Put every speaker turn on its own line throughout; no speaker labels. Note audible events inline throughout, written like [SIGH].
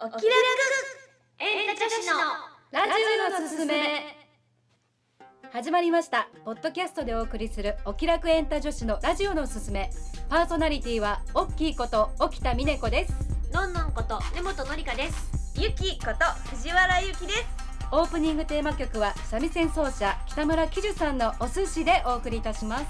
おきらくエンタ女子の
ラジオのすすめ始まりましたポッドキャストでお送りするお気楽エンタ女子のラジオのすすめパーソナリティはオッキーこと沖田美音子です
のんのんこと根本のりかです
ゆきこと藤原ゆきです
オープニングテーマ曲は三味線奏者北村喜寿さんのお寿司でお送りいたします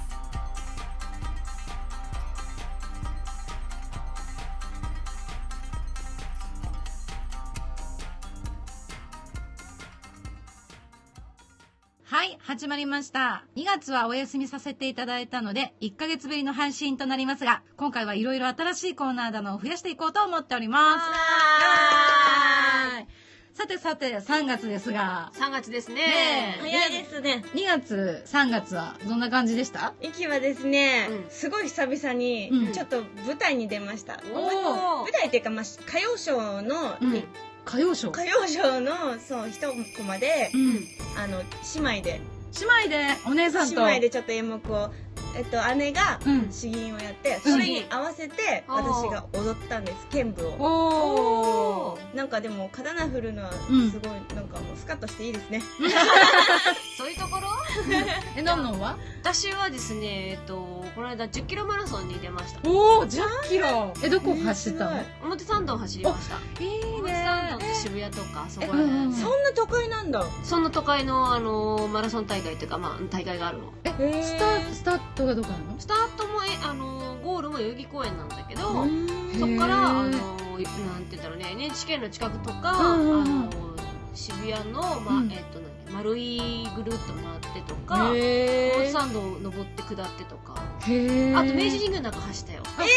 はい、始まりました。2月はお休みさせていただいたので、1ヶ月ぶりの配信となりますが、今回はいろいろ新しいコーナーなどを増やしていこうと思っております。はーいさてさて、3月ですが、
3月です
ねえ
早いですね
2月、3月はどんな感じでした
ゆきはですね、
うん
すごい久々に
うん
ちょっと舞台に出ました、
おー
舞台っていうか、まあ、歌謡ショーの、
うん歌謡ショー。
歌謡ショーのそう一コマで
うん。
あの姉妹で
姉妹で、お姉さんと。
姉妹でちょっと演目を、えっと、姉が
うん。
詩吟をやって
うん
それに合わせて
あー
私が踊ったんです剣舞を
おー。
なんかでも刀振るのはす
うん
ごい、なんかもうスカッとしていいですね
そういうところ
え、なんのんは
私はですねえっとこの間10キロマラソンに出ました
おー、10キロ。え、どこを走ったの
え
表参道を走りました
いい
表参道って渋谷とかあそこら
えうんうん
ーす
辺
ごいそんな都会なんだ
そんな都会のあのマラソン大会というかまあ大会があるの
え、
ー
スタート、スタートがどこなの
スタートもえあのゴールも代々木公園なんだけど、
うん
そっか
へ
ら、
ー
あの、なんて言ったらね、NHK の近くとか、
うんうんうん
あの、渋谷の、ま
うん
えっ、と、なんだっけ丸いぐるっと回ってとか、
へ
表
ー
参道を登って下ってとか、
へー
あと明治神宮なんか走ったよ。
あいい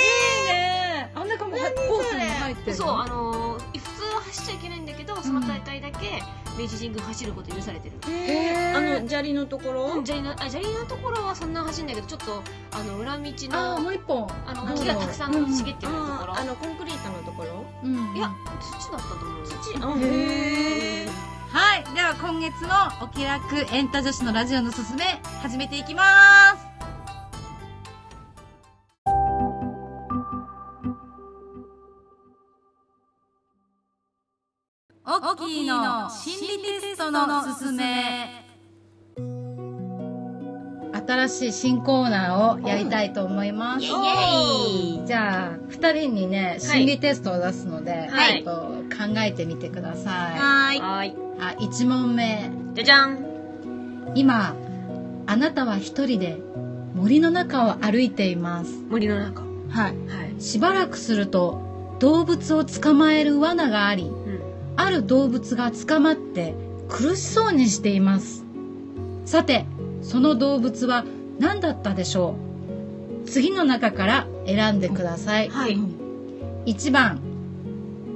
ねあんなかもうコースに入ってる
そう、あの、普通は走っちゃいけないんだけど、その大会だけ、明治神宮走ること許されてる。
へー
あの砂利のところ、
うん、砂利の、あ、砂利のところはそんな走んだけど、ちょっと、あの、裏道
あーも
の、
う一本
あ
な
の、
んだろう
木がたくさん
うんうん
茂ってるところ
あ。ーあのコンクリートのところ
うん
いや、土だったと思う。
土あ
へ
ー
はいでは今月もお気楽エンタ女子のラジオのすすめ始めていきまーすオッキーの心理テストのすすめ新しい新コーナーをやりたいと思います、
イエイ
じゃあ2人にね心理テストを出すので、
はい
ちょっと考えてみてください、
はーい
はい。
あ1問目
じゃじゃん。
今あなたは一人で森の中を歩いています
森の中。は
はい
い。
しばらくすると動物を捕まえる罠があり
うん。
ある動物が捕まって苦しそうにしていますさてその動物は何だったでしょう次の中から選んでください、
はい
1番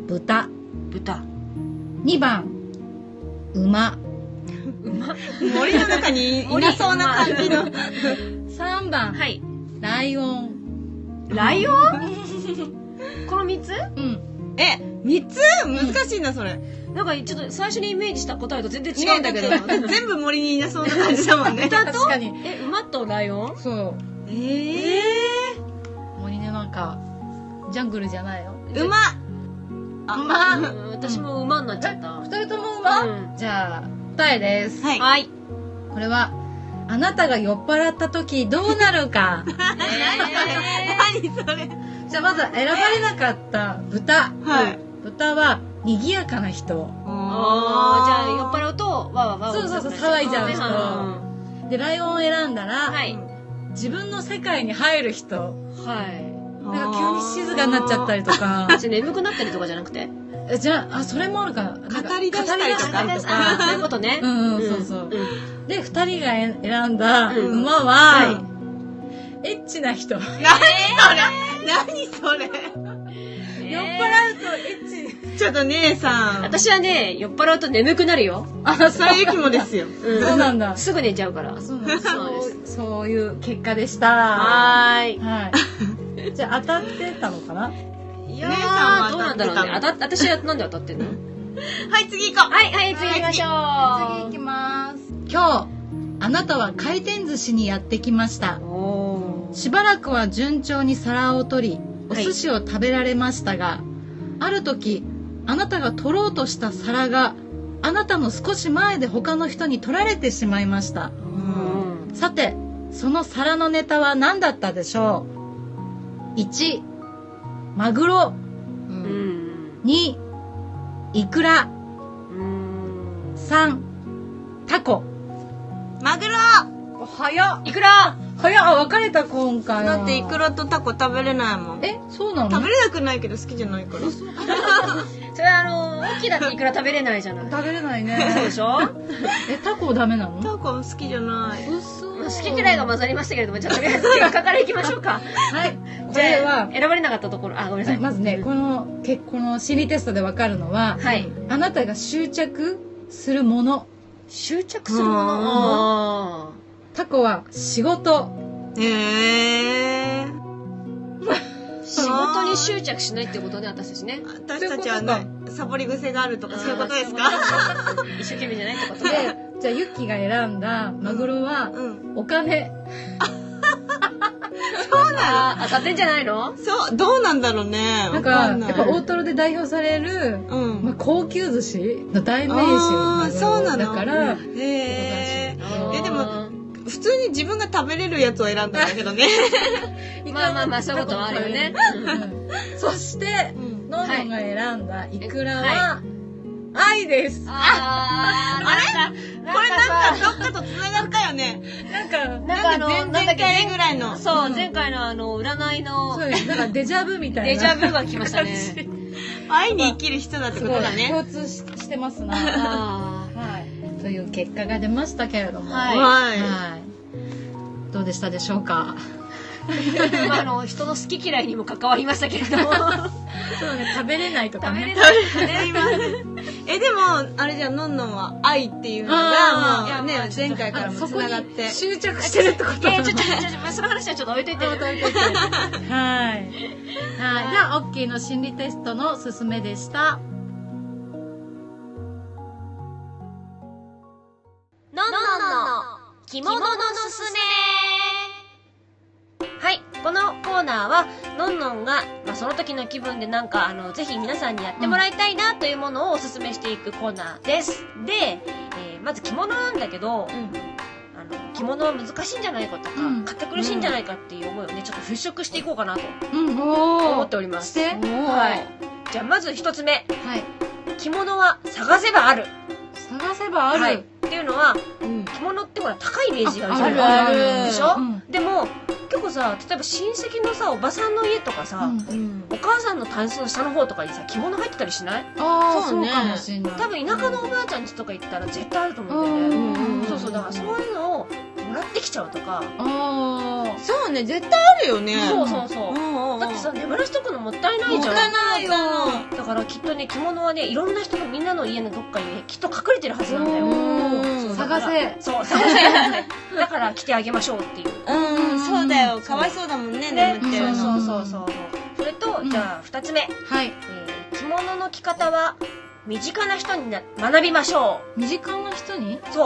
豚
豚
2番馬
森の中にいなそうな感じの
3番、
はい
ライオン
ライオン [LAUGHS] この3つ
うん
[LAUGHS] え三つ難しいなそれ
なんかちょっと最初にイメージした答えと全然違うんだけど、
ねだって全部森にいなそうな感じだも [LAUGHS] んね
豚
確
と
かに
え馬とライオン
そう
ええ
森のなんかジャングルじゃないよ
うま
馬
[LAUGHS] うん私も馬になっちゃった、
二人とも馬、
う
じゃあ答えです、
は
ん、はい
これはあなたが酔っ払った時どうなるか
何それ
じゃあまず選ばれなかった豚、
はい
豚は賑やかな人
お
[LAUGHS] おーじゃあ酔っ
っ
払うとわわわわ
そうそうそう騒いじゃう人
は
でライオンを選んだら、
はい
自分の世界に入る人
はい
なんか急に静かになっちゃった
り
りとか
私眠くなったりとかじゃなくて
えじゃああそれもあるかなんか
語り出したりとか
語り出し
あそういうことね
うんうんそうそう
うん
で2人が選んだ
うん
馬は、エッチな人
何それ
酔っ払うとエッチ
ちょっと姉さん
私はね酔っ払うと眠くなるよ、
あ
それゆきもですよ
う [LAUGHS]
[LAUGHS] そうなんだ
すぐ寝ちゃうから
そうなんです
そうで
そういう結果でしたは
はーい
いじゃあ当たってたのかない
やー姉さんは
どうなんだろうね。
当
あた、私はなんで当たってんの
はい次行こう
はい、はい、次行きまし
次
ょ。
いうきます今日あなたは回転寿司にやってきました
おー
しばらくは順調に皿を取りお
はい
寿司を食べられましたが、ある時ああなたが取ろうとした皿があなたの少し前で他の人に取られてしまいましたさてその皿のネタは何だったでしょう1マグロ
うんうん
2イクラ
うん
3タコ
マグロ
早っ
いくら
早っあ分かれた今回は
だってイクラとタコ食べれないもん
えそうなの
食べれなくないけど好きじゃないから
それあの大きいだっていくら食べれないじゃない
食べれないね [LAUGHS]
そうでしょ
えタコダメなの
タコ好きじゃない
嘘
好き嫌いが混ざりましたけれども [LAUGHS] じゃあとりあえず結果からいきましょうか
はいこ
じ
れ
ゃあ
は
選ばれなかったところあごめんなさい
まずねこの結この心理テストで分かるのは
はい
あなたが執着するもの
執着するもの
あ
タコは仕事
ええ
仕事に執着しないってことね私たちね
私たちはねサボり癖があるとかそういうことです
あ
か
ーそういうこと一生懸命じゃないってこと
で
[LAUGHS] ね
じゃあユッキーが選んだマグロは
うん
お金
そうな
あー当たってんじゃないの
のそうどうなんだろうね
な
わ
んか
かんな
や
い
っぱ大トロで代表される、
うん
まあ、高級寿司の代名詞
あー
マグロ
そうなの
だから、
えええでも
あ
普通に自分が食べれるやつを選んだんだけどね、
ーまあまあまあそういうことはあるよね
うんそして
うん、
ノンノンが選んだイクラ
は
は愛です、
あーあれこれ
なんかどっかと繋がったよね
なんか
なんかあの
前々回ぐらいの
そう、前回のあの、占いの
そうですなんかデジャブみたい
デ
な
ジャブが来ましたね。
愛に生きる人だって
す
こ
ご
と
い
だね
共通ししてますなは
あ
いという結果が出ましたけれども
は
はい、
はいどうでしたでしょうか
ーまああの、人の好き嫌いにも関わりましたけれども、
そうね食べれないと
食べれ
ね
ない
います [LAUGHS] えでもあれじゃんのんのんは愛っていうの
あ
が
ー
まあ
いやま
ね
あちょっと
前回からも
そ
つ
こ
ながっ
に
て
執着してるってこと
えー、ち
[LAUGHS]
ょっと、ちょっとまあ、その話はちょっと置いといて。
はい。はい。じゃあ、オッキーの心理テストのすすめでした。
のんのんの着物のすすめはいこのコーナーはのんのんが、まあ、その時の気分でなんかあのぜひ皆さんにやってもらいたいなというものをおすすめしていくコーナーですで、えーまず着物なんだけど、あの着物は難しいんじゃないかとか、
うん
堅苦しいんじゃないかっていう思いをねちょっと払拭していこうかなと
うん、お
思っております
して。
はいじゃあまず一つ目
はい。
着物は探せばある
探せばある。
はいっていうのは
うん
着物ってほら高いイメージがあるじゃ
あ
ん
るある
でしょ
うん
でも結構さ例えば親戚のさおばさんの家とかさ、
うん
うん
お母さんのタンスの下の方とかにさ着物入ってたりしない
ああ、
そ
そうう
ね
かもしんない。
多分田舎のおばあちゃん家とか行ったら絶対あると思うんだよね
う
うんん。
そうそうだからそういうのをもらってきちゃうとか、
ああ。
そうね絶対あるよね
そうそうそうう、
んうんうん
だってさ眠らしとくのもったいないじゃん
もったいないよ
だからきっとね着物はねいろんな人のみんなの家のどっかにねきっと隠れてるはずなんだよ
うん
そうだから
探せ。
そう探せだから着てあげましょうっていう
うんそうだよ
そう
かわいそうだもんね
ね
[LAUGHS] 眠
そ
って
う
る
そ
の
うそうそうそれと、
うん
じゃあ2つ目
はい。
えー着物の着方は身近な人にな学びましょ
身近な人
[LAUGHS]
に
うそ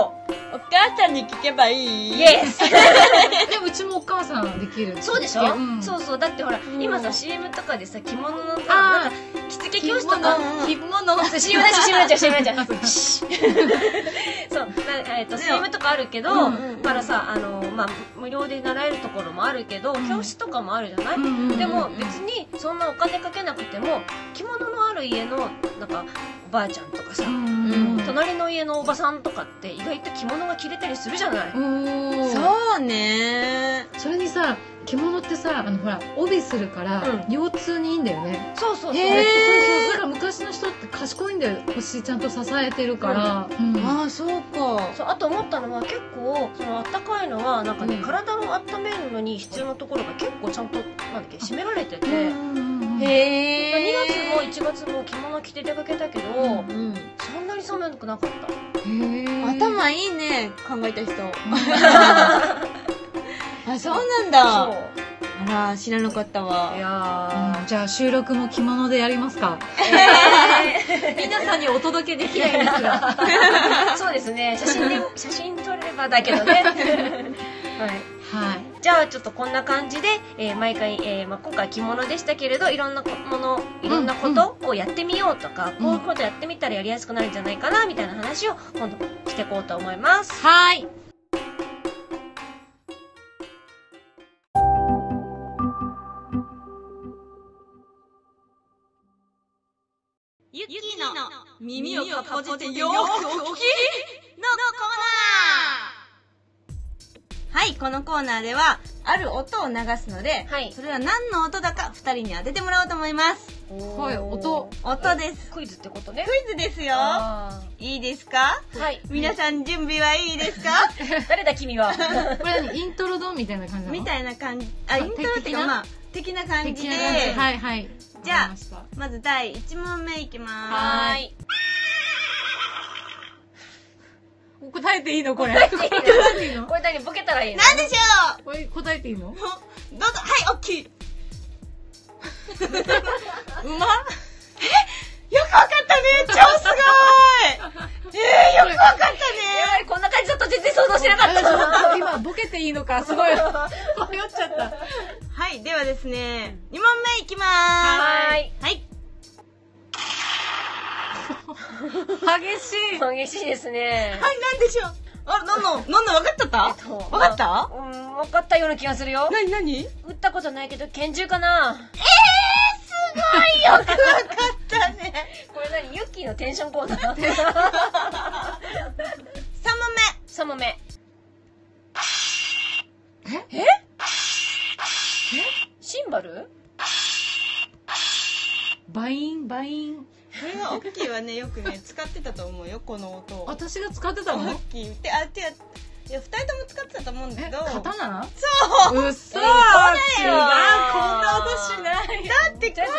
お母さんに聞けばいいう
イエス
[LAUGHS] でもうちもお母さんできる。
そうでしょ、
ん
そうそうだってほら、
ん
今さ CM とかでさ着物のさ
あ
なんか着付け
着
教室
物
とか
着物 [LAUGHS]
CM だし CM だし CM だしそう
[LAUGHS]
な [LAUGHS] えっと CM とかあるけど、
うんうんうん
からさあのまあ無料で習えるところもあるけど、教室とかもあるじゃない、
うん
でも別にそんなお金かけなくても着物のある家のなんかおばあちゃんとかさ、
うん
うん
隣の家のおばさんとかって意外と着物が着れたりするじゃない、
うんおー
そうね
それにさ着物ってさあのほら帯するから
う
腰痛にいいんだよね、
そうそうそう、
そう
へー
そうだから昔の人って賢いんだよ腰ちゃんと支えてるから、うん
ああそうか
そうあと思ったのは結構そのあったかいのはなんかね、
うん
体を温めるのに必要なところが結構ちゃんとなんだっけ締められてて、
うん
2
うんうん
へえ
月も1月も着物着て出かけたけど、
月も、うん
そんなに寒くなかった
へー
頭いいね考えた人あそうなん
そ
だ
う
あら知らなかったわ
いや
[LAUGHS]
[LAUGHS]
うんじゃあ収録も着物でやりますか皆さんにお届けできないんですが [LAUGHS]
ーそうですね写真で写真撮ればだけどねはい
はい
じゃあちょっとこんな感じで、えー毎回、えーまあ、今回着物でしたけれどいろんなこものいろんなことをやってみようとか、こういうことやってみたらやりやすくなるんじゃないかなみたいな話を今度していこうと思います。
はい。
ゆっきーの耳をかっぽじてよーくお聞きのコーナーはい、このコーナーでは、ある音を流すので、
はい
それは何の音だか二人に当ててもらおうと思います。
はい音
音です。
クイズってことね
ク。イズですよ。
あ
いいですか
はい。
皆さん準備はいいですか
誰だ君は。
ーこれ何イントロドンみたいな感じなの
み
い
たいな感じ、あ、
あ
イントロってい
的
う
な
かまあ、的な感じで、
はいはい。
じゃあ
わかりました
まず第1問目いきま
はー
い。
答えていいのこれ。
答えていいの
答えていいの
これ何ボケたらいいの
す。なんでしょ
これ答えていいの [LAUGHS]
うもうどうぞ、はい、おっき
う
い。
ま
よくわかったね超すごいえー、よくわかったね
やばいこんな感じだと全然想像してなかったの。
私今ボケていいのかすごい迷っちゃった
はい、ではですね、2問目いきまーす
はーい
はい、
激しい
激しいですね。
はい、なんでしょうあ、なんの、なんの分かっちゃった
えっと
分かった
うん、分かったような気がするよ。
なになに
撃ったことないけど拳銃かな。
よくわかったね
[LAUGHS] これ何ユッキーのテンションコ
[LAUGHS]
ーナー
3問目
?3 問目。
え
ええシンバル
バインバイン
これはオッキーはね、よくね、使ってたと思うよ、この音をオッ
私が使ってたの
キーって、あ、てや、いや、2人とも使ってたと思うんだ
え
けどだ
刀そううっそー
よ
あ
違うこんな音しない
って書いてある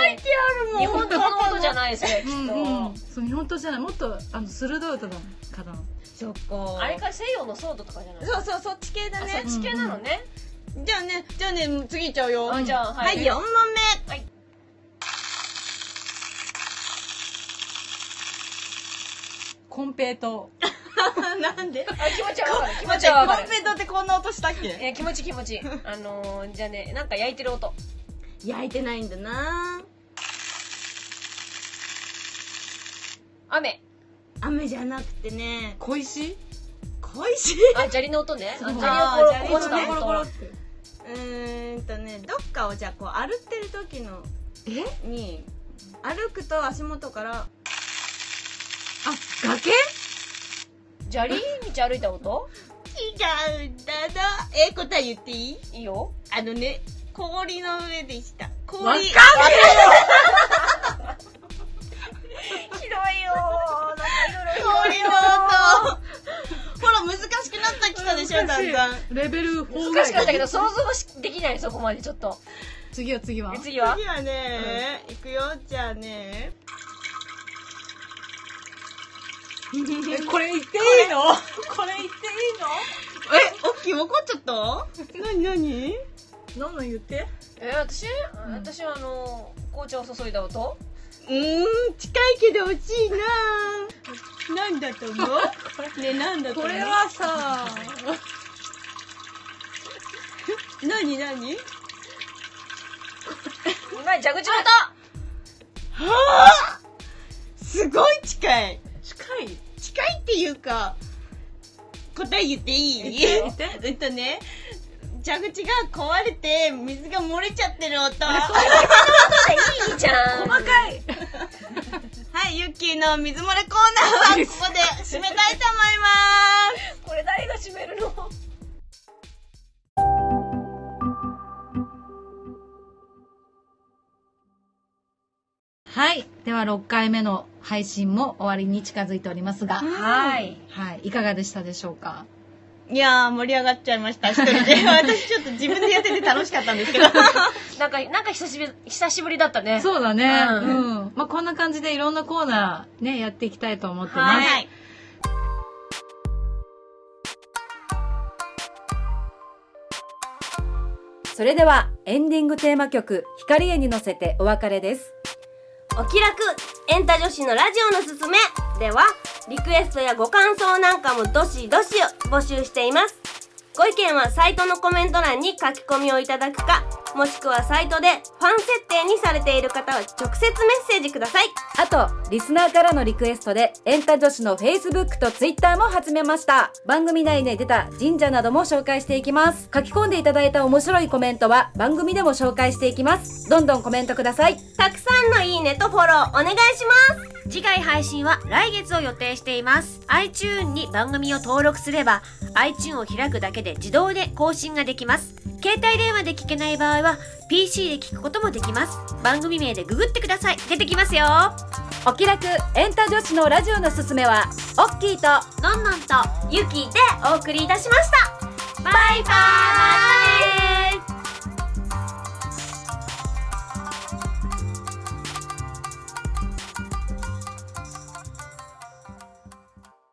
もん
日本刀のことじゃないそれきっ
う
と、
んうんそう日本刀じゃないもっとあの鋭い音だ刀
そっか
あれか西洋のソードとかじゃない
そうそう、そっち系だ
あ
ね
そっち系なのね、
じゃあね、じゃあね、次いっちゃうよ。
あじゃあは、
はいい、四問目。
はい
金平糖
[LAUGHS] なんで
あ気持ちは分かる気持
待っ
ち
て、
は
コ
分か
ン
る
ペイトってこんな音したっけ
え気持ち気持ちあのー、じゃあねなんか焼いてる音
焼いてないんだな
雨
雨じゃなくてね、
小石
小石
あ砂利の音ねあ砂利を
う
コロコ
砂
ロ
利
コ
の
ロコロって
て
うーんとね、どっかをじゃあこう歩ってる時の、
え
に、歩くと足元から、
あ崖
砂利道歩いた音
違うんだな。え、答え言っていい
いいよ
あのね、氷の上でした。氷。
わかんね
ひどいよーなんかいろいろ
氷の音。 [LAUGHS] ほら、難しくなってきたでしょ、だんだん。
レベル4ぐら
難
い
しかったけど想像しできないそこまでちょっと
次は次は
え次は
次はね、行くよじゃあね
[LAUGHS] えこれ言っていいの [LAUGHS] これ言っていいの
えおっきい怒っちゃったなになに
どんどん言って
えー私、私はあのー紅茶を注いだ音
うーん近いけど惜しいなぁなんだと思 [LAUGHS] うねなんだと思う
さ
なになに
うまい蛇口の音
はぁすごい近い
近い
近いっていうか答え言っていい
言って
えっとね蛇口が壊れて水が漏れちゃって [LAUGHS] る音
いいじゃん。
かい
はい、ユッキーの水漏れコーナーはここで締めたいと思います。
これ誰が締めるの？
はいでは6回目の配信も終わりに近づいておりますが
はい。
はいいかがでしたでしょうか
いやー、盛り上がっちゃいました、一人で。 [LAUGHS] 私ちょっと自分でやってて楽しかったんですけど。。
なんかなんか久しぶり久しぶりだったね。
そうだね
う
うん、まあこんな感じでいろんなコーナーねやっていきたいと思ってます、
はい
それではエンディングテーマ曲「光絵」に乗せてお別れです
お気楽エンタ女子のラジオのすすめではリクエストやご感想なんかもどしどし募集していますご意見はサイトのコメント欄に書き込みをいただくか、もしくはサイトでファン設定にされている方は直接メッセージください。
あと、リスナーからのリクエストで、エンタ女子の Facebook と Twitter も始めました。番組内で出た神社なども紹介していきます。書き込んでいただいた面白いコメントは番組でも紹介していきます。どんどんコメントください。
たくさんのいいねとフォローお願いします。
次回配信は来月を予定しています iTune に番組を登録すれば iTune を開くだけで自動で更新ができます携帯電話で聞けない場合は PC で聞くこともできます番組名でググってください出てきますよ
お気楽、エンタ女子のラジオのすすめは、オッキーと、
のんのんと
ゆきでお送りいたしました。バイバーイ